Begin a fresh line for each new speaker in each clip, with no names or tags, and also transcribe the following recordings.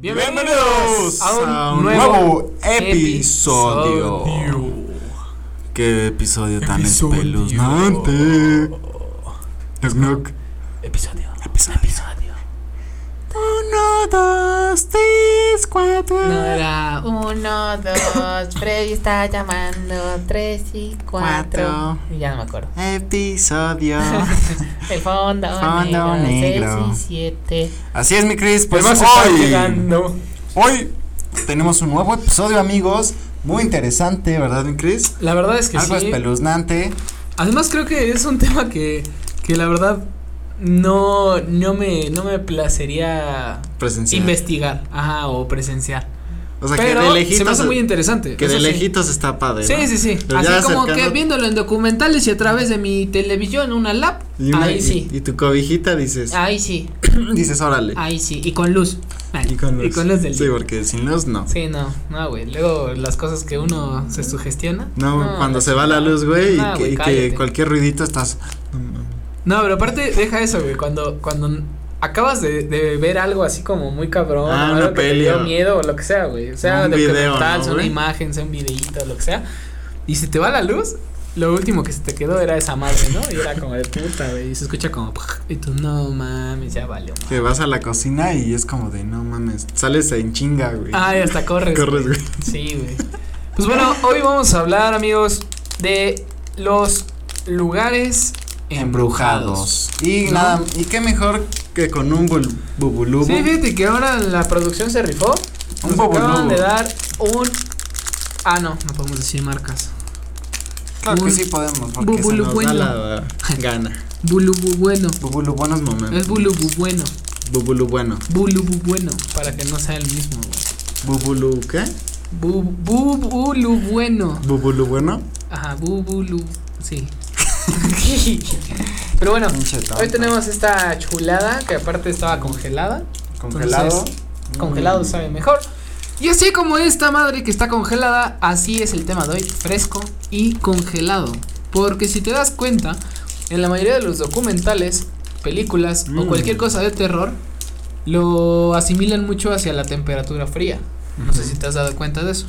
Bienvenidos a un, nuevo, episodio. Qué episodio tan
Episodio.
espeluznante. Knock, knock.
Episodio.
Episodio. Uno, dos, tres, cuatro.
No era uno, dos, Freddy está llamando, tres y cuatro.
Cuatro.
Y Ya no me acuerdo.
Episodio.
El fondo,
Fondo
negro,
negro.
seis y siete.
Así es, mi Chris. Pues
Además está
hoy,
llegando.
hoy tenemos un nuevo episodio, amigos. Muy interesante, ¿verdad, mi Chris?
La verdad es que
Algo
sí.
espeluznante.
Además creo que es un tema que, que la verdad no, no me, no me placería
Presencial.
investigar, ajá, o presenciar.
O sea,
Pero
que de
se me
lejitos.
hace muy interesante.
que
eso
de
sí.
lejitos está padre.
Sí,
¿no?
sí, sí.
Pero ya
Así como que
acercándote-
viéndolo en documentales y a través de mi televisión, una lap,
Y una-
ahí
y-
sí. Ah.
Y tu cobijita dices,
Ahí sí,
dices, órale.
ahí sí, y con luz. Ay, Y con luz del
Sí,
día.
porque sin luz no.
Sí, no, no, güey. Luego las cosas que uno se sugestiona.
No, cuando se va la luz, güey, y
Ah,
que-
güey,
y, que,
cállate.
cualquier ruidito estás.
No, pero aparte, deja eso, güey. Cuando, cuando acabas de, de ver algo así como muy cabrón, o
Ah, una
algo que te
peli,
dio
o-
miedo o lo que sea, güey. O sea,
un
de
video,
documental,
¿no,
sea una
güey?
imagen, sea un videíto, lo que sea. Y si te va la luz, lo último que se te quedó era esa madre, ¿no? Y era como de puta, güey. Y se escucha como. Y tú, no mames, ya valió. ma-".
Que vas a la cocina y es como de, no mames, sales en chinga, güey.
Ay, hasta corres.
Corres, güey.
Sí, güey. Pues bueno, hoy vamos a hablar, amigos, de los lugares embrujados.
Embrujados. Y
¿No?
nada, y qué mejor que con un bul- bubulubu.
Sí, fíjate que ahora la producción se rifó.
Un
Nos
bobo
acaban
lobo.
de dar un. Ah, no, no podemos decir marcas.
Claro que
un
sí podemos, porque se
bubulu
nos
bueno.
da la gana.
Bulubu bueno.
Bubulu buenos momentos.
Es bulubu bueno.
Bubulu bueno.
Bulubu bueno. Para que no sea el mismo, güey.
Bubulu, ¿qué?
Bu- bu- bulu bueno.
Bubulu bueno.
Ajá, bubulu. Sí. Pero bueno,
Pinche tonto.
hoy tenemos esta chulada que aparte estaba congelada.
Congelado.
Entonces, Congelado sabe mejor. Y así como esta madre que está congelada, así es el tema de hoy, fresco y congelado. Porque si te das cuenta, en la mayoría de los documentales, películas
Mm.
o cualquier cosa de terror, lo asimilan mucho hacia la temperatura fría. No sé si te has dado cuenta de eso.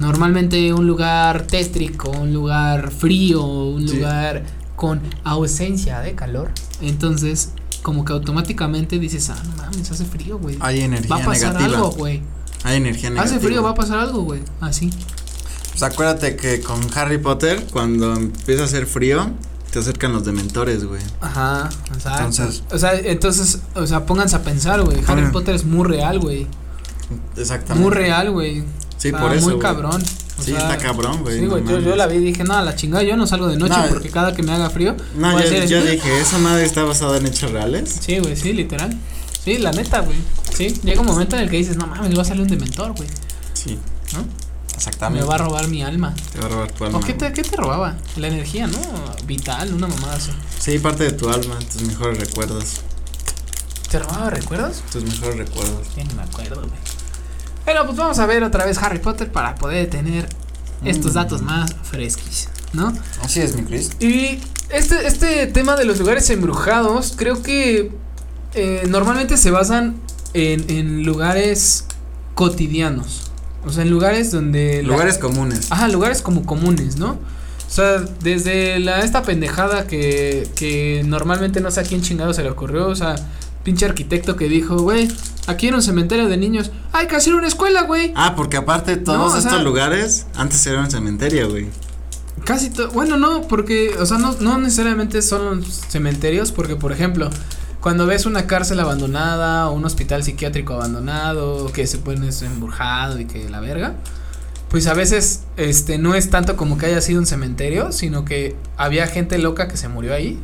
Normalmente un lugar tétrico, un lugar frío, un
Sí.
lugar con ausencia de calor. Entonces, como que automáticamente dices, ah, no mames, hace frío, güey.
Hay energía
Va a pasar
negativa.
algo, güey.
Hay energía negativa.
Hace frío, va a pasar algo, güey. Ah, Así.
Pues acuérdate que con Harry Potter, cuando empieza a hacer frío, te acercan los dementores, güey.
Ajá. O sea,
Entonces-
o sea, entonces, o sea, pónganse a pensar, güey. Harry
Pongan-
Potter es muy real, güey.
Exactamente.
Muy real, güey.
Sí,
O sea,
por eso.
Muy
güey.
cabrón. O
Sí,
sea,
está cabrón, güey.
Sí,
no
güey, yo,
mames.
yo la vi y dije, no, a la chingada, yo no salgo de noche
No,
porque cada que me haga frío. voy
No,
a
yo,
hacer-
yo dije, esa madre está basada en hechos reales.
Sí, güey, sí, literal. Sí, la neta, güey. Sí, llega un momento en el que dices, no mames, va a salir un dementor, güey.
Sí.
¿No? Me
Exactamente.
va a robar mi alma.
Te va a robar tu alma.
¿O qué te,
güey.
qué te robaba? La energía, ¿no? Vital, una mamada así.
Sí, parte de tu alma, tus mejores recuerdos.
¿Te robaba recuerdos?
Tus mejores recuerdos.
Ya ni me acuerdo, güey. Pero pues vamos a ver otra vez Harry Potter para poder tener estos
Mm.
datos más fresquis, ¿no?
Así es, mi Chris.
Y este, este tema de los lugares embrujados, creo que eh, normalmente se basan en, en lugares cotidianos. O sea, en lugares donde. la-
Lugares comunes.
Ajá, lugares como comunes, ¿no? O sea, desde la, esta pendejada que, que normalmente no sé a quién chingado se le ocurrió, o sea, pinche arquitecto que dijo, güey, aquí en un cementerio de niños, hay que hacer una escuela, güey.
Ah, porque aparte todos
No, o
estos
sea-
lugares antes era un cementerio, güey.
Casi todo, bueno, no, porque, o sea, no, no necesariamente son los cementerios, porque, por ejemplo, cuando ves una cárcel abandonada o un hospital psiquiátrico abandonado, que se pone embrujado y que la verga, pues a veces, este, no es tanto como que haya sido un cementerio, sino que había gente loca que se murió ahí.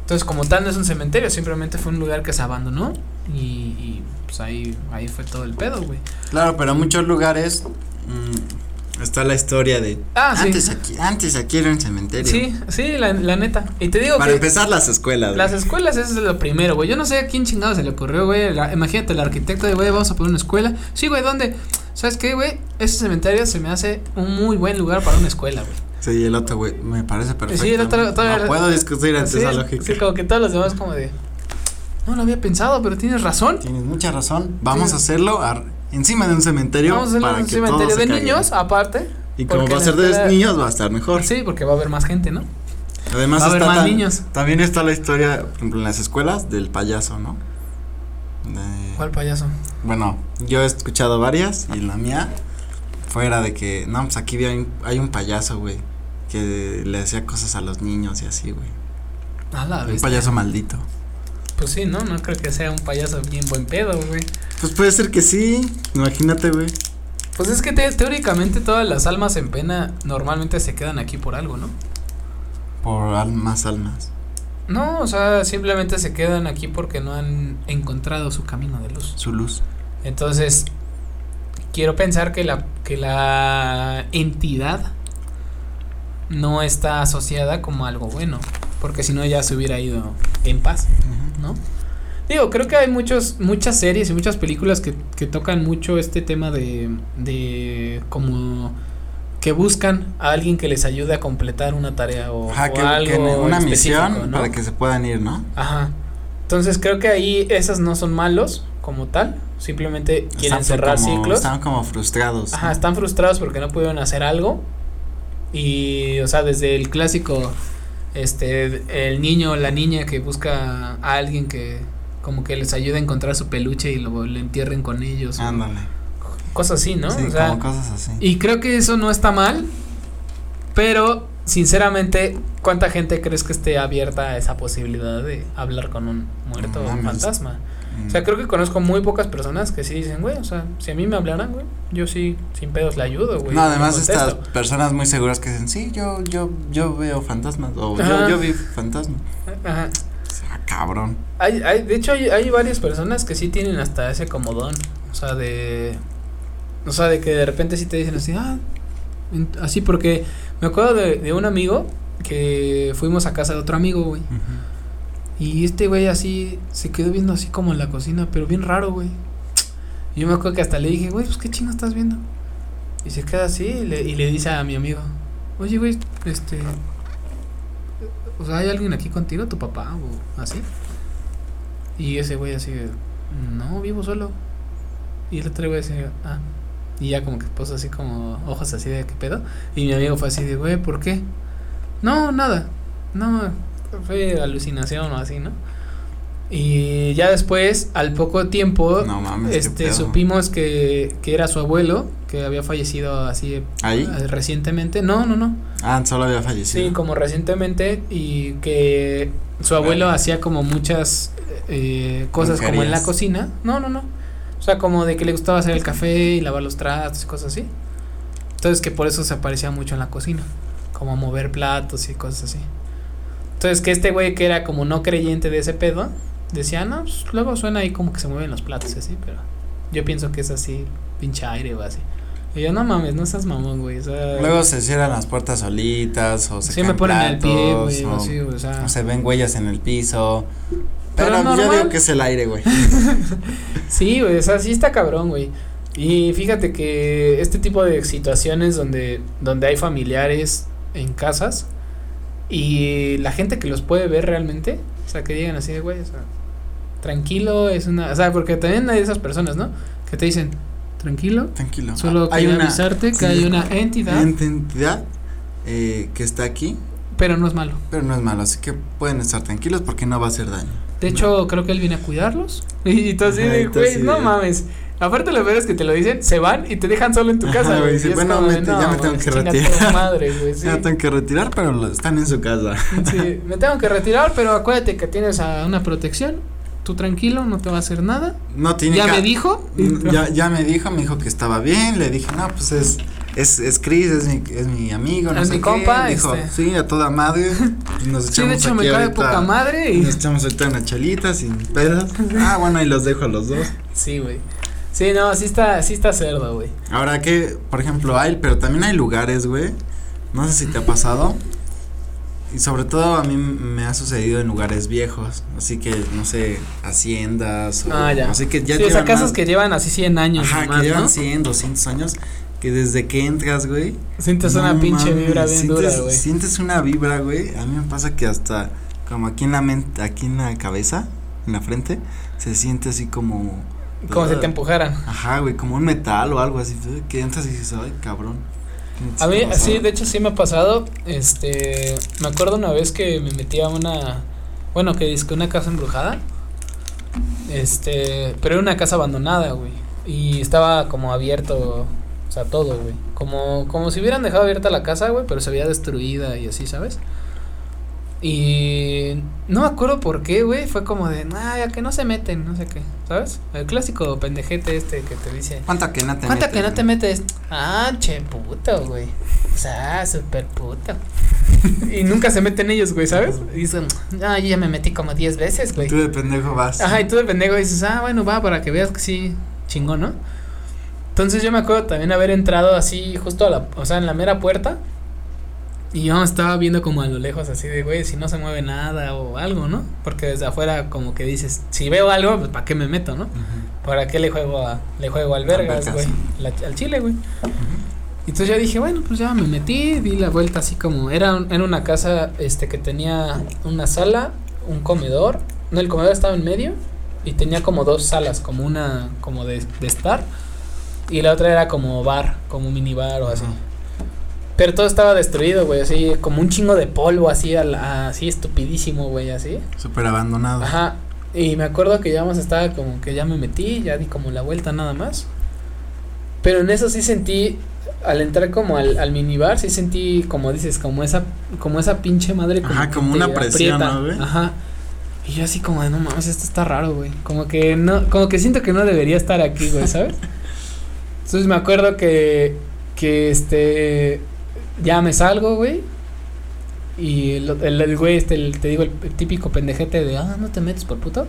Entonces, como tal, no es un cementerio, simplemente fue un lugar que se abandonó y, y, pues ahí, ahí fue todo el pedo, güey.
Claro, pero en muchos lugares mm, está la historia de
Ah, sí.
antes aquí, antes aquí era un cementerio.
Sí, sí, la, la neta. Y te digo
Para
que...
empezar las escuelas.
Las
güey.
escuelas, eso es lo primero, güey. Yo no sé a quién chingado se le ocurrió, güey. La- imagínate, el arquitecto de, güey, vamos a poner una escuela. Sí, güey, ¿dónde? ¿Sabes qué, güey? Este cementerio se me hace un muy buen lugar para una escuela, güey.
Sí, el otro güey me parece perfecto.
Sí, el otro- todavía-
no puedo discutir ante
Sí,
esa lógica.
sí, como que todos los demás como de... No lo había pensado, pero tienes razón.
Tienes mucha razón. Vamos a hacerlo ar- encima de un cementerio.
Vamos a hacer
para
un
que
cementerio
todos se
de
caigan.
niños, aparte.
Y como
porque
va a
la
ser de
escuela-
niños, va a estar mejor.
Sí, porque va a haber más gente, ¿no?
Además,
Va a haber
está
más
tan-
niños.
También está la historia, por ejemplo, en las escuelas del payaso, ¿no? De-
¿Cuál payaso?
Bueno, yo he escuchado varias y la mía fuera de que, no, pues aquí hay un, hay un payaso, güey, que le hacía cosas a los niños y así, güey.
A la
Un
vez.
payaso maldito.
Pues sí, ¿no? No creo que sea un payaso bien buen pedo, güey.
Pues puede ser que sí, imagínate, güey.
Pues es que te- teóricamente todas las almas en pena normalmente se quedan aquí por algo, ¿no?
Por al- más almas.
No, o sea, simplemente se quedan aquí porque no han encontrado su camino de luz.
Su luz.
Entonces, quiero pensar que la, que la entidad no está asociada como algo bueno, porque si no ya se hubiera ido en paz, ¿no? Digo, creo que hay muchos, muchas series y muchas películas que, que tocan mucho este tema de, de como que buscan a alguien que les ayude a completar una tarea o,
Ajá,
o
que,
algo
que ne- una
específico,
misión
¿no?
para que se puedan ir, ¿no?
Ajá. Entonces creo que ahí esas no son malos como tal. Simplemente quieren
Están
cerrar
como-
ciclos.
Están como frustrados.
Ajá,
¿no?
están frustrados porque no pudieron hacer algo. Y, o sea, desde el clásico, este, el niño o la niña que busca a alguien que como que les ayude a encontrar su peluche y lo, lo entierren con ellos. o
Ándale.
Cosas así, ¿no?
Sí,
O sea,
como cosas así.
y creo que eso no está mal, pero sinceramente, ¿cuánta gente crees que esté abierta a esa posibilidad de hablar con un muerto
No
o un
mames.
fantasma?
Mm.
O sea, creo que conozco muy pocas personas que sí dicen, güey, o sea, si a mí me hablaran, güey, yo sí, sin pedos le ayudo, güey.
no,
le
además
contesto".
estas personas muy seguras que dicen, sí, yo, yo, yo veo fantasmas, o
Ajá.
yo, yo vi fantasmas.
Ajá.
Ah, cabrón.
Hay, hay, de hecho, hay, hay varias personas que sí tienen hasta ese comodón. O sea, de. O sea, de que de repente sí te dicen así, ah. en- Así, porque me acuerdo de, de un amigo que fuimos a casa de otro amigo, güey. Y este güey así se quedó viendo así como en la cocina, pero bien raro, güey. Y Yo me acuerdo que hasta le dije, güey, pues qué chingo estás viendo. Y se queda así y le, y le dice a mi amigo, oye, güey, este. O sea, ¿hay alguien aquí contigo? ¿Tu papá? O así. Y ese güey así, de, no, vivo solo. Y el otro güey así, de, ah. Y ya como que puso así como ojos así de qué pedo. Y mi amigo fue así de, güey, ¿por qué? No, nada. No, fue alucinación o así, ¿no? Y ya después, al poco tiempo,
No mames. qué
este,
pedo.
supimos que, que era su abuelo, que había fallecido así eh,
Ahí.
recientemente. No, no, no.
Ah, solo había
Sí,
fallecido.
como recientemente y que su abuelo
Verga.
hacía como muchas eh, cosas como en la
Brujerías.
cocina. No, no, no. O sea, como de que le gustaba hacer el café y lavar los trastos y cosas así. Entonces que por eso se aparecía mucho en la cocina, como a mover platos y cosas así. Entonces que este güey que era como no creyente de ese pedo, decía, no, pues, luego suena ahí como que se mueven los platos y así, pero yo pienso que es así, pinche aire o así. Y yo, no mames, no seas mamón, güey. o sea,
Luego se cierran las puertas solitas, o se
Sí, me
caen
ponen el pie,
platos,
güey,
o,
así, o sea.
o se ven huellas en el piso.
Pero
Pero,
normal.
yo digo que es el aire, güey.
Sí, güey, o sea, sí está cabrón, güey. Y fíjate que este tipo de situaciones donde, donde hay familiares en casas y la gente que los puede ver realmente, o sea, que digan así de, güey, o sea, tranquilo, es una. O sea, porque también hay esas personas, ¿no? Que te dicen, tranquilo,
Tranquilo.
solo
hay
quería
una
avisarte que
sí.
hay una entidad,
entidad eh, que está aquí,
pero no es malo.
pero no es malo, así que pueden estar tranquilos porque no va a hacer daño.
De hecho, creo que él viene a cuidarlos. Y tú así
Ajá,
de,
y tú
güey,
así
no
de-
mames. Aparte, lo peor es que te lo dicen, se van y te dejan solo en tu
Ajá,
casa,
güey,
güey.
sí,
y es
bueno,
como de,
me te- ya me tengo
mames,
que
chinga tu
retirar".
madre, güey, sí.
Ya tengo que retirar, pero lo- están en su casa.
Sí, me tengo que retirar, pero acuérdate que tienes a una protección. Tú tranquilo, no te va a hacer nada.
No tiene
ya
ca-
me dijo.
Mm, Ya, ya me dijo, me dijo que estaba bien, le dije, no, pues es, es, es Chris, es mi, es mi amigo, no
Es
sé
mi
qué".
compa,
dijo,
este.
sí, a toda madre, y nos
Sí, de
echamos
hecho,
aquí
me cae de
ahorita-
poca madre. Y...
Nos echamos ahorita unas chelitas sin pedas, ah, bueno, ahí los dejo a los dos.
Sí, güey. Sí, no, sí está, sí está cerdo, güey.
Ahora que, por ejemplo, hay, pero también hay lugares, güey, no sé si te ha pasado, y sobre todo a mí me ha sucedido en lugares viejos, así que, no sé, haciendas, o,
Ah, ya.
así que ya
sí, o sea,
llevan
casas
más-
que llevan así 100 años.
Ajá,
o más,
que llevan
¿no?
100, 200 años, que desde que entras, güey,
Sientes una
No
pinche
mames,
vibra bien
sientes-
dura, güey.
Sientes una vibra, güey. A mí me pasa que hasta como aquí en la mente, aquí en la cabeza, en la frente, se siente así como.
Como si te empujaran.
Ajá, güey, como un metal o algo así. Que entras y dices, ay, cabrón.
A mí,
Sí, me
sí,
pasaba.
de hecho sí me ha pasado. Este, me acuerdo una vez que me metí a una, bueno, que disque una casa embrujada. Este, pero era una casa abandonada, güey. Y estaba como abierto, o sea, todo, güey. Como, como si hubieran dejado abierta la casa, güey, pero se había destruida y así, ¿sabes? Y no me acuerdo por qué, güey. Fue como de, ah, ya que no se meten, no sé qué, ¿sabes? El clásico pendejete este que te dice,
¿Cuánta que no te
¿Cuánto
metes,
que no
güey?
te metes? Ah, che, puto, güey. O sea, súper puto. y nunca se meten ellos, güey, ¿sabes? Y dicen, ah, yo ya me metí como 10 veces, güey.
Tú de pendejo vas.
Ajá, y tú de pendejo dices, ah, bueno, va, para que veas que sí, chingón, ¿no? Entonces yo me acuerdo también haber entrado así, justo a la, o sea, en la mera puerta. Y yo estaba viendo como a lo lejos así de, güey, si no se mueve nada o algo, ¿no? Porque desde afuera como que dices, si veo algo, pues ¿para qué me meto, no?
Ujú.
¿Para qué le juego a, le juego al vergas,
vergas,
güey?
sí.
La- Al chile, güey. Entonces yo dije, bueno, pues ya me metí, di la vuelta así como, era, un- era una casa este que tenía una sala, un comedor, no, el comedor estaba en medio y tenía como dos salas, como una como de, de estar y la otra era como bar, como un minibar o así.
Ajá.
Pero todo estaba destruido, güey, así como un chingo de polvo, así, al- así estupidísimo, güey, así.
Súper abandonado.
Ajá. Y me acuerdo que ya más estaba como que ya me metí, ya di como la vuelta nada más. Pero en eso sí sentí, al entrar como al, al minibar, sí sentí, como dices, como esa, como esa pinche madre.
Ajá,
que
como
te
una presión,
aprieta.
¿no, güey?
Ajá. Y yo así como de, no mames, esto está raro, güey. Como que no, como que siento que no debería estar aquí, güey, ¿sabes? Entonces me acuerdo que, que este, ya me salgo, güey. Y el, el- el güey, este, el- te digo, el, el típico pendejete de, ah, no te metes por puto.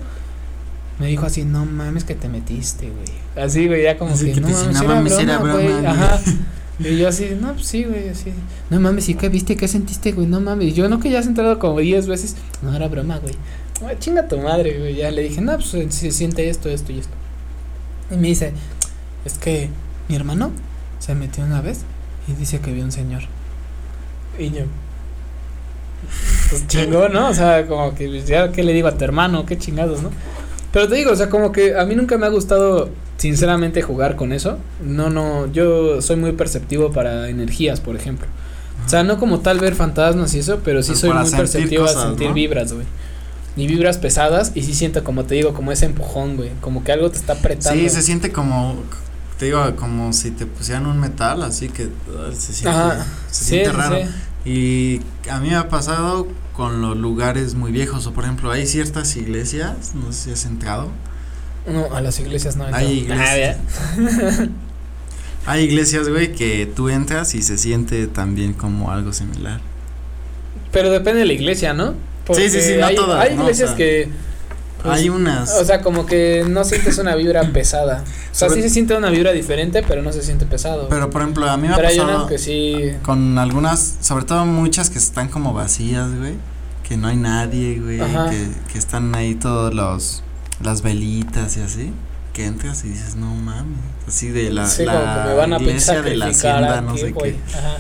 Me dijo así, no mames que te metiste, güey. Así, güey, ya como
Así
que,
que
no
te dice,
mames,
"No
era
mames,
broma,
era broma,
güey.
güey".
Ajá. Y yo así, no, pues sí, güey, así. No mames, ¿y qué viste? ¿Qué sentiste, güey? No mames. Y yo no que ya has entrado como 10 veces. No, era broma, güey. "Ah, Chinga tu madre, güey. Ya le dije, no, pues se- se siente esto, esto y esto. Y me dice, es que mi hermano se metió una vez y dice que vio un señor. Y yo, pues chingón, ¿no? O sea, como que pues, ya, ¿qué le digo a tu hermano? Qué chingados, ¿no? Pero te digo, o sea, como que a mí nunca me ha gustado, sinceramente, jugar con eso. No, no, yo soy muy perceptivo para energías, por ejemplo. O sea, no como tal ver fantasmas y eso, pero sí
Pero
soy
para
muy
sentir
perceptivo a
cosas,
sentir
¿no?
vibras, güey. Y vibras pesadas, y sí siento, como te digo, como ese empujón, güey. Como que algo te está apretando.
Sí, se siente como, te digo, como si te pusieran un metal, así que ah, se siente,
Ajá.
se
Sí,
siente
sí,
raro.
sí.
Y a mí me ha pasado con los lugares muy viejos, o por ejemplo, hay ciertas iglesias, no sé si has entrado,
No, a las iglesias no.
Hay
entró. Ah,
iglesias.
¿verdad?
hay iglesias, güey, que tú entras y se siente también como algo similar.
Pero depende de la iglesia, ¿no?
Sí, sí, sí, no
hay,
todas,
hay
¿no? O
iglesias
sea,
que. pues,
hay unas,
O sea, como que no sientes una vibra pesada. O sea,
Sobre-
sí se siente una vibra diferente, pero no se siente pesado.
pero por ejemplo, a mí me ha
Pero hay
pasado
unas que sí.
con algunas, sobre todo muchas que están como vacías, güey, que no hay nadie, güey,
Ajá.
que, que están ahí todos los las velitas y así, que entras y dices, "No mames", así de la,
sí,
la
como que me van a
iglesia de la
sacrificar
hacienda,
aquí,
no sé
güey.
qué.
Ajá.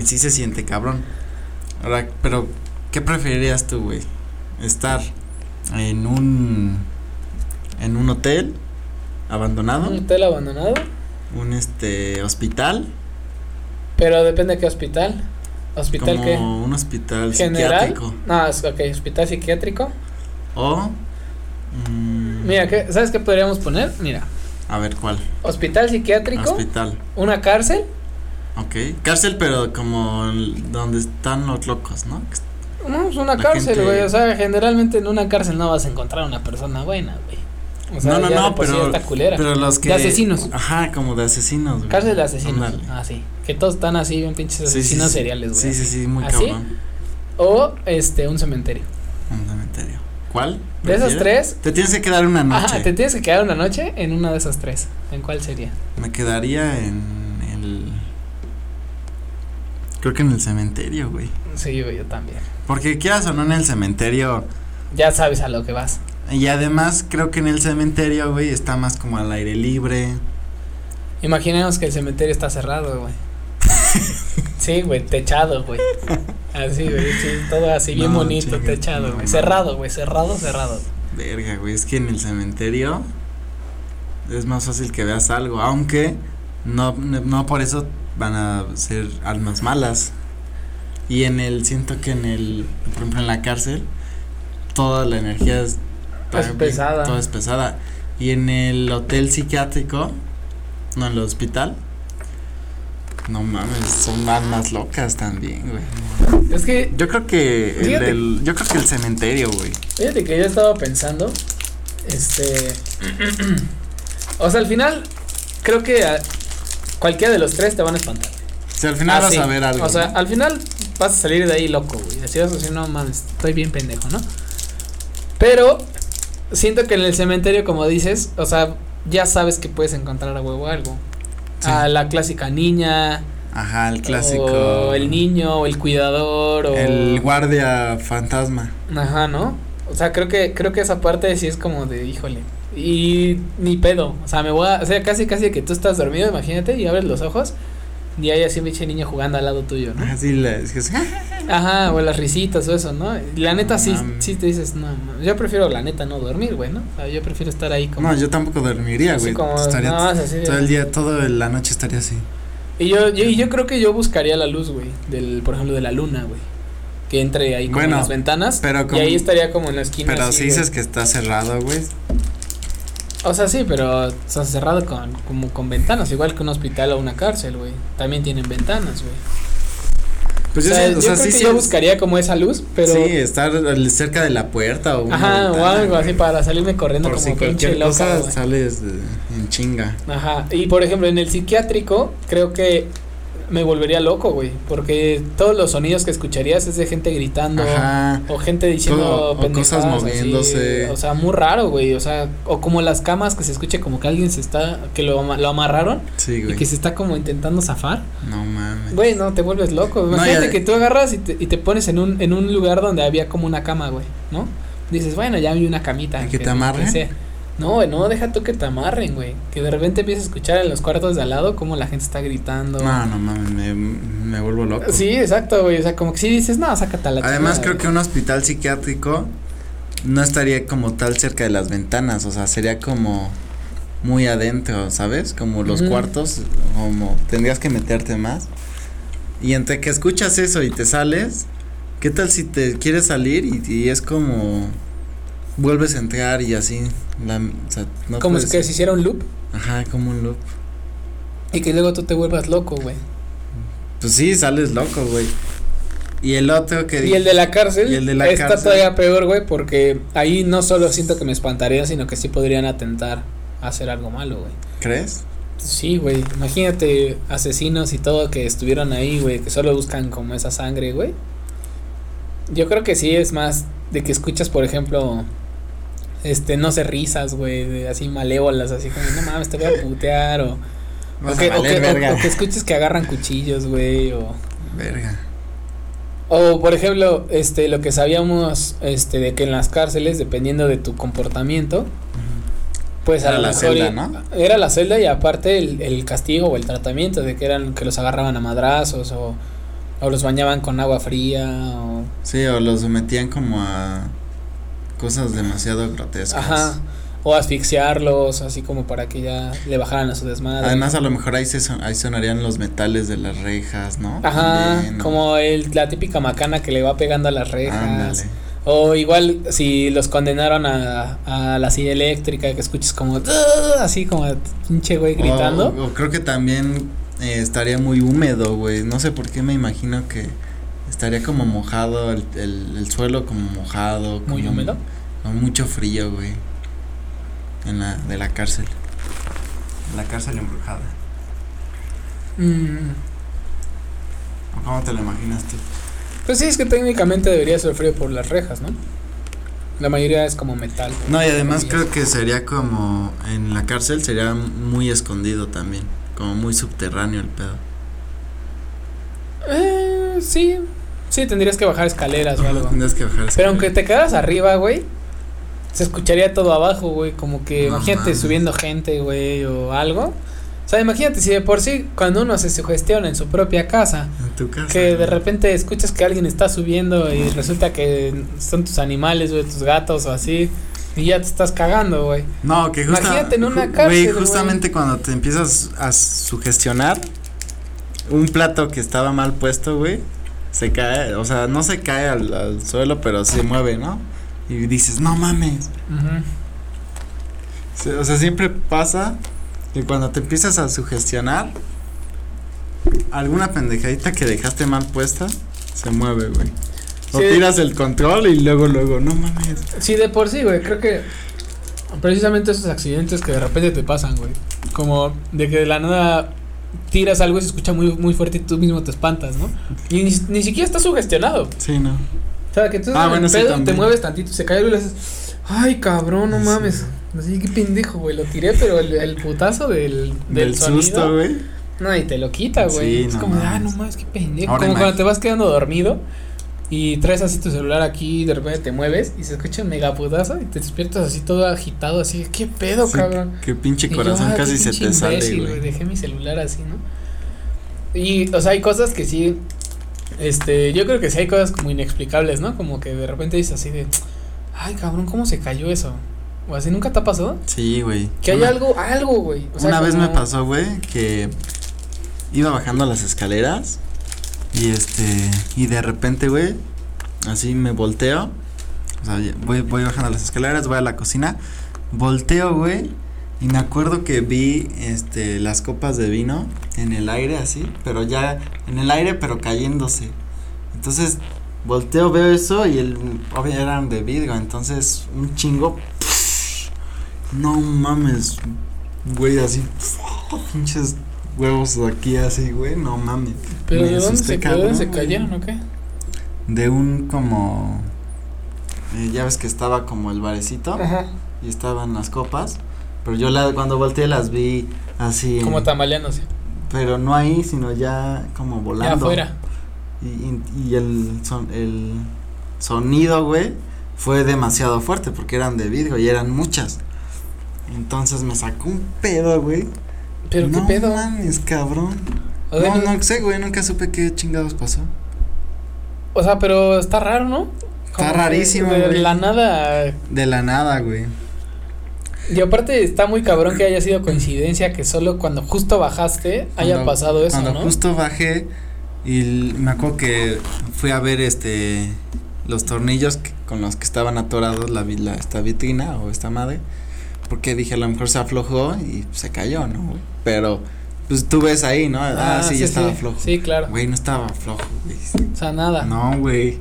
Y sí se siente cabrón. Ahora, pero ¿qué preferirías tú, güey? Estar en un en un hotel abandonado,
Un hotel abandonado.
un este hospital,
Pero depende de qué hospital. ¿Hospital
como
qué?
un hospital
¿General?
psiquiátrico.
No, es- ok, hospital psiquiátrico.
O. mm,
Mira, ¿qué- ¿sabes qué podríamos poner? Mira,
A ver, ¿cuál?
hospital psiquiátrico,
Hospital.
una cárcel.
Ok. Cárcel, pero como el- donde están los locos, ¿no?
No, pues una
La
cárcel,
gente-
güey. O sea, generalmente en una cárcel no vas a encontrar una persona buena, güey. O sea,
No, no,
ya
no,
de por sí
pero-
ya está culera.
Pero los que.
De asesinos.
Ajá, como de asesinos, güey.
Cárcel de asesinos.
Ándale.
Ah, sí. Que todos están así, bien pinches
Sí, sí,
asesinos
sí.
seriales, güey. ¿Ah,
Sí, sí, sí, muy
¿Así?
cabrón.
O este, un cementerio.
Un cementerio. ¿Cuál?
De esas
prefieres?
tres.
Te tienes que quedar una noche.
Ajá, te tienes que quedar una noche en una de esas tres. ¿En cuál sería?
Me quedaría en el. Creo que en el cementerio, güey.
Sí, güey, yo también.
Porque quieras o no en el cementerio.
Ya sabes a lo que vas.
Y además creo que en el cementerio, güey, está más como al aire libre.
Imaginemos que el cementerio está cerrado, güey. sí, güey, techado, güey. Así, güey, sí, todo así, bien
No,
bonito,
chinga,
techado,
no,
güey.
no.
Cerrado, güey, cerrado, cerrado.
Verga, güey, es que en el cementerio es más fácil que veas algo, aunque no, no no por eso van a ser almas malas. Y en el, siento que en el, por ejemplo, en la cárcel, toda la energía es,
Es pesada.
Toda es pesada. Y en el hotel psiquiátrico, no, en el hospital, no mames, son almas locas también, güey.
Es que,
Yo creo que el
Fíjate.
del- yo creo que el cementerio, güey.
fíjate que yo estaba pensando, este, o sea, al final, creo que a- cualquiera de los tres te van a espantar.
Si al final
Ah,
vas
sí.
a ver algo.
O sea,
¿no?
al final vas a salir de ahí loco, güey. Así vas a decir, no mames, estoy bien pendejo, ¿no? Pero siento que en el cementerio, como dices, o sea, ya sabes que puedes encontrar a huevo algo.
Sí.
A la clásica niña.
Ajá, el clásico.
O el niño, o el cuidador, o.
El guardia fantasma.
Ajá, ¿no? O sea, creo que, creo que esa parte sí es como de, híjole. Y ni pedo. O sea, me voy a. O sea, casi, casi que tú estás dormido, imagínate, y abres los ojos. Y hay así un pinche niño jugando al lado tuyo, ¿no?
Así le "Ah, es que es-
Ajá, o las risitas o eso, ¿no? Y La neta
No
sí,
mames.
sí te dices, no, no, yo prefiero la neta no dormir, güey, ¿no? O sea, yo prefiero estar ahí como...
No, yo tampoco dormiría,
así
güey.
como,
Estaría
nada más así de-
todo el día, toda la noche estaría así.
Y yo, yo, y yo creo que yo buscaría la luz, güey, del, por ejemplo, de la luna, güey. Que entre ahí como
Bueno,
en las ventanas.
pero
y
como-
ahí estaría como en la esquina.
Pero
así,
si
güey.
dices que está cerrado, güey.
O sea, sí, pero o sea, cerrado con, como con ventanas, igual que un hospital o una cárcel, güey. También tienen ventanas, güey.
Pues
o sea,
sí,
yo
o sea,
creo
sí,
que
sí
yo
es-
buscaría como esa luz, pero...
Sí, estar al- cerca de la puerta o una
Ajá, o
ventana,
algo así
güey.
para salirme corriendo
Por
como
si
pinche
cualquier
loca,
cosa
güey.
sales de- en chinga.
Ajá, y por ejemplo, en el psiquiátrico, creo que me volvería loco, güey, porque todos los sonidos que escucharías es de gente gritando
Ajá.
o gente diciendo
Todo, o
pendejadas,
cosas
así,
moviéndose.
o sea, muy raro, güey, o sea, o como las camas que se escuche como que alguien se está que lo, ama- lo amarraron
Sí,
y
güey.
que se está como intentando zafar.
No mames.
Güey, no te vuelves loco.
No,
Imagínate
ya-
que tú agarras y te, y te pones en un en un lugar donde había como una cama, güey, ¿no? Dices, bueno, ya hay una camita.
¿Y que te amarren?
sea. No, güey, no, deja tú que te amarren, güey. Que de repente empieces a escuchar en los cuartos de al lado cómo la gente está gritando.
No, no mames, me, me vuelvo loco.
Sí, exacto, güey. O sea, como que sí dices, no, sácate a la
Además, creo
chingada,
que un hospital psiquiátrico no estaría como tal cerca de las ventanas, o sea, sería como muy adentro, ¿sabes? Como los
Ujú.
cuartos, como tendrías que meterte más. Y entre que escuchas eso y te sales, ¿qué tal si te quieres salir y, y es como vuelves a entrar y así? la- o sea, no
güey. Como
puedes-
si que se hiciera un loop
Ajá, como un loop.
y que luego tú te vuelvas loco, güey.
Pues sí, sales loco, güey. Y el otro que
Y el de la cárcel
Y el de la
está
cárcel.
todavía peor, güey, porque ahí no solo siento que me espantaría, sino que sí podrían atentar a hacer algo malo, güey.
¿Crees?
Sí, güey, imagínate asesinos y todo que estuvieron ahí, güey, que solo buscan como esa sangre, güey. Yo creo que sí es más de que escuchas, por ejemplo, este, no sé, risas, güey, de así malévolas, así como, no mames, te voy a putear, o, o
Vas
que,
a
o que-
valer
o-
verga.
o que escuches que agarran cuchillos, güey, o,
Verga.
o, por ejemplo, este, lo que sabíamos, este, de que en las cárceles, dependiendo de tu comportamiento, pues a
Era
lo
la
mejor
celda,
i-
¿no?
Era la celda y aparte el, el castigo o el tratamiento de que eran que los agarraban a madrazos o, o los bañaban con agua fría o
Sí, o los sometían como a cosas demasiado grotescas.
ajá o asfixiarlos así como para que ya le bajaran a su desmadre.
Además, a lo mejor ahí, se son- ahí sonarían los metales de las rejas, ¿no?
Ajá,
También, ¿no?
como el, la típica macana que le va pegando a las rejas.
Ándale.
O igual si los condenaron a, a la silla eléctrica que escuches como "Ugh", así como pinche güey gritando.
O, o creo que también eh, estaría muy húmedo, güey. No sé por qué me imagino que estaría como mojado, el, el- el suelo como mojado.
Muy
como-
húmedo.
Con mucho frío, güey. En la, de la cárcel. La cárcel embrujada.
Mm,
¿Cómo te lo imaginas tú?
Pues sí, es que técnicamente debería ser frío por las rejas, ¿no? La mayoría es como metal.
No, y además
Comillas.
creo que sería como en la cárcel sería muy escondido también, como muy subterráneo el pedo.
Eh, sí, sí, tendrías que bajar escaleras o
Ajá,
algo.
Tendrías que bajar.
Pero aunque te quedaras arriba, güey, se escucharía todo abajo, güey. Como que,
No
imagínate
mames.
subiendo gente, güey, o algo. O sea, imagínate si de por sí, cuando uno se sugestiona en su propia casa,
En tu casa.
que de repente escuchas que alguien está subiendo y resulta que son tus animales, güey, tus gatos o así. Y ya te estás cagando, güey.
No, que justa-
Imagínate en una
ju-
cárcel,
Güey,
güey.
justamente cuando te empiezas a sugestionar, un plato que estaba mal puesto, güey, se cae, o sea, no se cae al, al suelo, pero se mueve, ¿no? Y dices, no mames.
Ujú.
Se- O sea, siempre pasa que cuando te empiezas a sugestionar, alguna pendejadita que dejaste mal puesta se mueve, güey. O
Sí.
tiras el control y luego, luego, no mames.
Sí, de por sí, güey. Creo que precisamente esos accidentes que de repente te pasan, güey. Como de que de la nada tiras algo y se escucha muy, muy fuerte y tú mismo te espantas, ¿no? Y ni, ni siquiera estás sugestionado.
Sí, no.
O sea, que tú
Ah,
en
bueno,
el
sí,
pedo te
también.
mueves tantito, se cae algo y le haces, ay, cabrón, no
Sí.
mames. Así que pendejo, güey, lo tiré, pero el, el putazo del, del,
Del
sonido,
susto, güey.
No, y te lo quita, güey.
Sí,
es
no
como, ah, no
mames.
mames, qué pendejo.
Ahora
como
imag-
cuando te vas quedando dormido y traes así tu celular aquí y de repente te mueves y se escucha un mega putazo y te despiertas así todo agitado, así, qué pedo,
Sí,
cabrón.
Que pinche
Y yo,
corazón
ah, qué
casi se
pinche
te sale,
imbécil,
güey.
Dejé mi celular así, ¿no? Y, o sea, hay cosas que sí, este, yo creo que sí hay cosas como inexplicables, ¿no? Como que de repente dices así de, ay, cabrón, ¿cómo se cayó eso? O así, ¿nunca te ha pasado?
Sí, güey.
Que hay
Una-
algo, algo, güey. O sea,
una vez me
como-
pasó, güey, que iba bajando las escaleras y este y de repente, güey, así me volteo. O sea, ya- voy, voy bajando las escaleras, voy a la cocina, volteo, güey, y me acuerdo que vi este las copas de vino en el aire así, pero ya en el aire pero cayéndose. Entonces, volteo, veo eso y el obvio eran de vidrio, entonces un chingo no mames, güey, así. Pinches huevos aquí así, güey, no mames.
¿Pero
Me
de dónde
asusté,
se, de dónde se
cabrón, güey.
cayeron o qué?
De un como. eh, ya ves que estaba como el barecito
Ajá.
y estaban las copas. Pero yo la, cuando volteé las vi así.
Como tambaleándose.
Pero no ahí, sino ya como
Ya
volando.
afuera.
Y, y, y el, son, el sonido, güey, fue demasiado fuerte porque eran de vidrio y eran muchas. Entonces me sacó un pedo, güey.
Pero
no
qué pedo.
mames, cabrón.
O sea,
no, no sé, güey, nunca supe qué chingados pasó.
o sea, pero está raro, ¿no? Como que
rarísimo,
De
güey.
la nada.
De la nada, güey.
Y aparte está muy cabrón que haya sido coincidencia que solo cuando justo bajaste haya
Cuando-
pasado eso,
Cuando
¿no?
justo bajé y l- me acuerdo que fui a ver este los tornillos que- con los que estaban atorados la, vi- la esta vitrina o esta madre, porque dije, a lo mejor se aflojó y se cayó, ¿no? güey? Pero pues tú ves ahí, ¿no? Ah, sí, ya estaba flojo.
Sí, Ah. claro.
Güey, no estaba flojo, güey.
O sea, nada.
No, güey.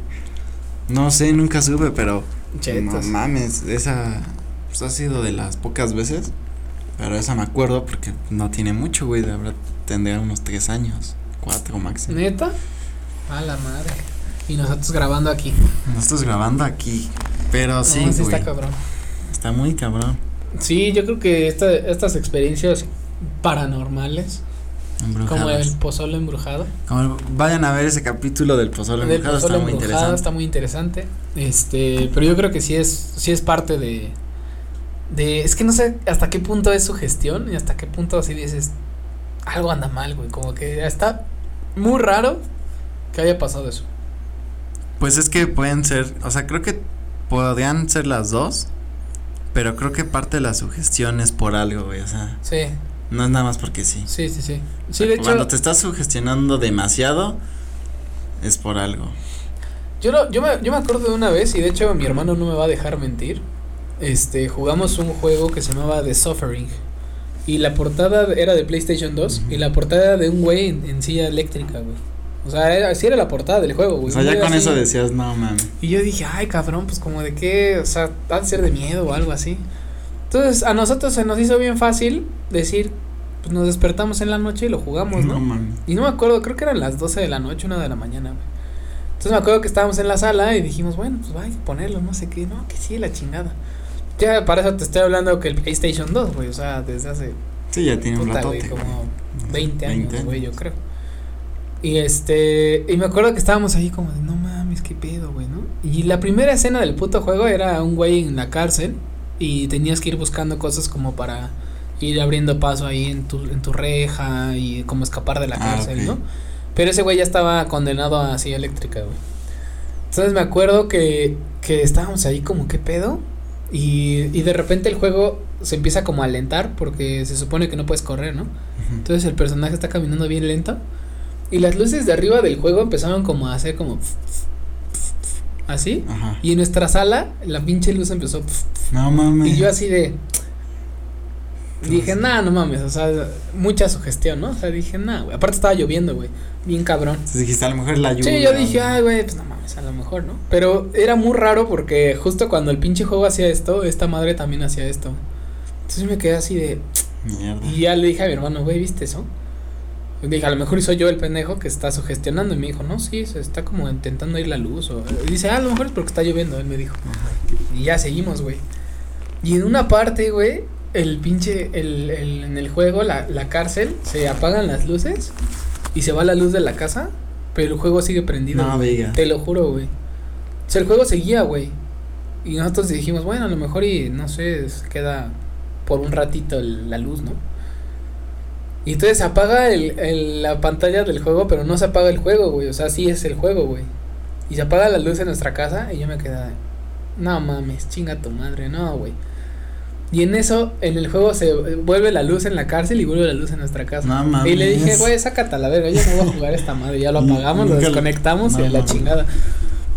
No sé, nunca supe, pero No
Chetos.
mames, esa pues, ha sido de las pocas veces, pero esa me acuerdo porque no tiene mucho, güey, de verdad tendría unos tres años, cuatro máximo.
¿Neta? A la madre. Y nosotros grabando aquí.
Nosotros grabando aquí, pero sí,
No, sí
güey,
está
está,
cabrón.
muy cabrón,
Sí, yo creo que esta- estas experiencias paranormales,
embrujadas.
como el pozole embrujado,
Como el- vayan a ver ese capítulo del pozole
Del
embrujado, está
pozole
muy
embrujado,
interesante.
está muy interesante. Este, pero yo creo que sí es, sí es parte de, de, es que no sé hasta qué punto es su gestión y hasta qué punto así dices algo anda mal, güey, como que está muy raro que haya pasado eso.
Pues es que pueden ser, o sea, creo que podrían ser las dos, pero creo que parte de la sugestión es por algo, güey, o sea,
Sí,
no es nada más porque sí.
sí, sí, sí. Sí, de hecho,
Cuando te estás sugestionando demasiado, es por algo.
yo, lo- yo, me, yo me acuerdo de una vez y de hecho mi hermano no me va a dejar mentir. Este, jugamos un juego que se llamaba The Suffering. Y la portada era de PlayStation 2
Ujú.
y la portada era de un güey en, en silla eléctrica, güey. O sea, era, así era la portada del juego, güey.
O sea,
Un
ya
güey
con
así.
eso decías, no, man.
Y yo dije, ay, cabrón, pues como de qué, o sea, ha de ser de miedo o algo así. Entonces, a nosotros se nos hizo bien fácil decir, pues nos despertamos en la noche y lo jugamos, ¿no?
No, man.
Y no me acuerdo, creo que eran las 12 de la noche, una de la mañana, güey. Entonces me acuerdo que estábamos en la sala y dijimos, bueno, pues vaya a ponerlo, no sé qué, no, que sí, la chingada. Ya para eso te estoy hablando que el PlayStation 2, güey, o sea, desde hace
Sí, ya tiene un
puta, güey,
ratote. güey.
como 20 años,
20
güey, yo creo. Y este, y me acuerdo que estábamos ahí como de, no mames, qué pedo, güey, ¿no? Y la primera escena del puto juego era un güey en la cárcel y tenías que ir buscando cosas como para ir abriendo paso ahí en tu, en tu reja y como escapar de la
Ah,
cárcel,
ok.
¿no? Pero ese güey ya estaba condenado a silla eléctrica, güey. Entonces me acuerdo que, que estábamos ahí como, ¿qué pedo? Y, y de repente el juego se empieza como a alentar porque se supone que no puedes correr, ¿no?
Ujú.
Entonces el personaje está caminando bien lento y las luces de arriba del juego empezaron como a hacer como... Así.
Ajá.
Y en nuestra sala la pinche luz empezó...
No mames.
Y yo así de... Dije, nah, no mames, o sea, mucha sugestión, ¿no? O sea, dije, nah, güey. Aparte estaba lloviendo, güey. Bien cabrón.
Entonces dijiste, a lo mejor es la lluvia.
Sí, yo dije,
güey.
ay, güey, pues no mames, a lo mejor, ¿no? Pero era muy raro porque justo cuando el pinche juego hacía esto, esta madre también hacía esto. Entonces yo me quedé así de.
Mierda.
Y ya le dije a mi hermano, güey, ¿viste eso? Le dije, a lo mejor soy yo el pendejo que está sugestionando. Y me dijo, no, sí, se está como intentando ir la luz. O... y dice, ah, a lo mejor es porque está lloviendo, él me dijo. Y ya seguimos, güey. Y en una parte, güey, el pinche, el, el- en el juego, la, la cárcel, se apagan las luces y se va la luz de la casa, pero el juego sigue prendido.
No,
güey.
diga.
Te lo juro, güey. O sea, el juego seguía, güey. Y nosotros dijimos, bueno, a lo mejor y, no sé, se queda por un ratito el- la luz, ¿no? Y entonces se apaga el, el- la pantalla del juego, pero no se apaga el juego, güey. O sea, sí es el juego, güey. Y se apaga la luz en nuestra casa y yo me quedé, no mames, chinga tu madre, no, güey. Y en eso, en el juego se eh, vuelve la luz en la cárcel y vuelve la luz en nuestra casa.
No mames.
Y le dije, güey, sácate a la verga, yo no voy a jugar esta madre. Ya lo apagamos, lo
Nunca lo-
desconectamos y
No
a la
mames.
chingada.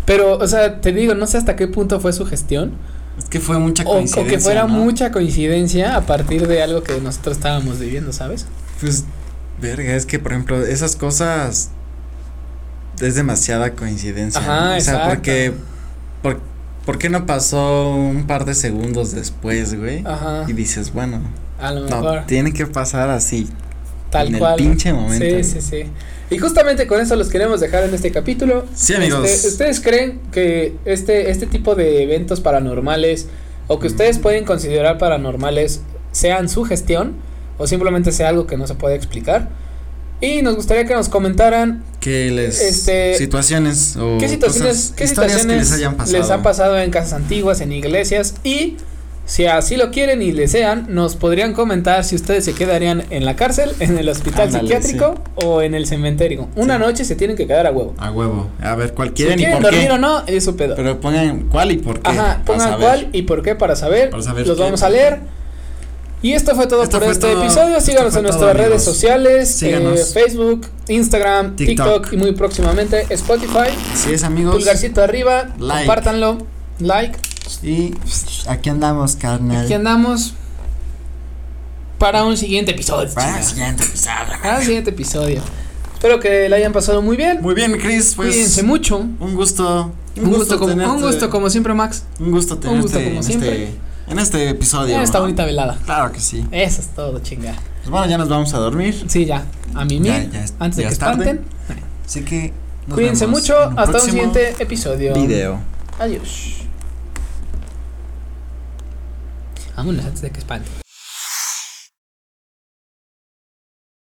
Pero, o sea, te digo, no sé hasta qué punto fue su gestión.
Es que fue mucha
O, o
coincidencia.
que fuera
¿no?
mucha coincidencia a partir de algo que nosotros estábamos viviendo, ¿sabes?
Pues, verga, es que por ejemplo, esas cosas es demasiada coincidencia.
Ajá,
¿no? O sea,
exacto.
porque por, ¿por qué no pasó un par de segundos después, güey?
Ajá.
Y dices, bueno,
A lo mejor.
no, tiene que pasar así.
tal
en el
cual.
pinche momento,
Sí,
güey.
sí, sí. Y justamente con eso los queremos dejar en este capítulo.
Sí, amigos.
Este, ¿Ustedes creen que este, este tipo de eventos paranormales o que ustedes
Mm.
pueden considerar paranormales sean su gestión o simplemente sea algo que no se puede explicar? Y nos gustaría que nos comentaran
¿Qué les
Este,
situaciones o
qué situaciones,
cosas-
qué
historias
situaciones
que les hayan pasado?
han pasado en casas antiguas, en iglesias y si así lo quieren y desean, nos podrían comentar si ustedes se quedarían en la cárcel, en el hospital
Ándale,
psiquiátrico o en el cementerio. Una
Sí.
noche se tienen que quedar a huevo.
A huevo. A ver, ¿cuál
Si
quieren y por
dormir
qué?
o no, es su pedo.
Pero pongan cuál y por qué.
Ajá,
para
pongan
saber.
cuál y por qué para saber.
Para saber
los
qué.
vamos a leer. Y esto fue todo
Esto
por
fue
este
todo.
episodio.
Esto
Síganos
fue
en
todo,
nuestras redes
amigos.
sociales, eh,
Síganos.
Facebook, Instagram, TikTok.
TikTok.
y muy próximamente Spotify.
Así es, amigos.
Pulgarcito arriba,
Like.
compártanlo, like.
Y pues, aquí andamos, carnal.
Aquí andamos para un siguiente episodio.
Para el siguiente episodio.
Para un siguiente episodio. Espero que la hayan pasado muy bien.
Muy bien, Chris, pues.
Cuídense mucho.
Un gusto.
Un, gusto, como,
tenerte-
un gusto como siempre, Max.
un gusto tenerte
gusto como
en,
siempre.
Este, en este episodio.
En esta
¿no?
bonita velada.
Claro que sí.
Eso es todo, chinga.
Pues bueno, ya nos vamos a dormir.
Sí, ya. A mí
Ya, ya es-
antes de
ya
que
es tarde.
espanten.
Así que. nos
Cuídense
vemos
mucho.
en
Hasta un
próximo
siguiente episodio.
video.
Adiós. Vámonos antes de que espanten.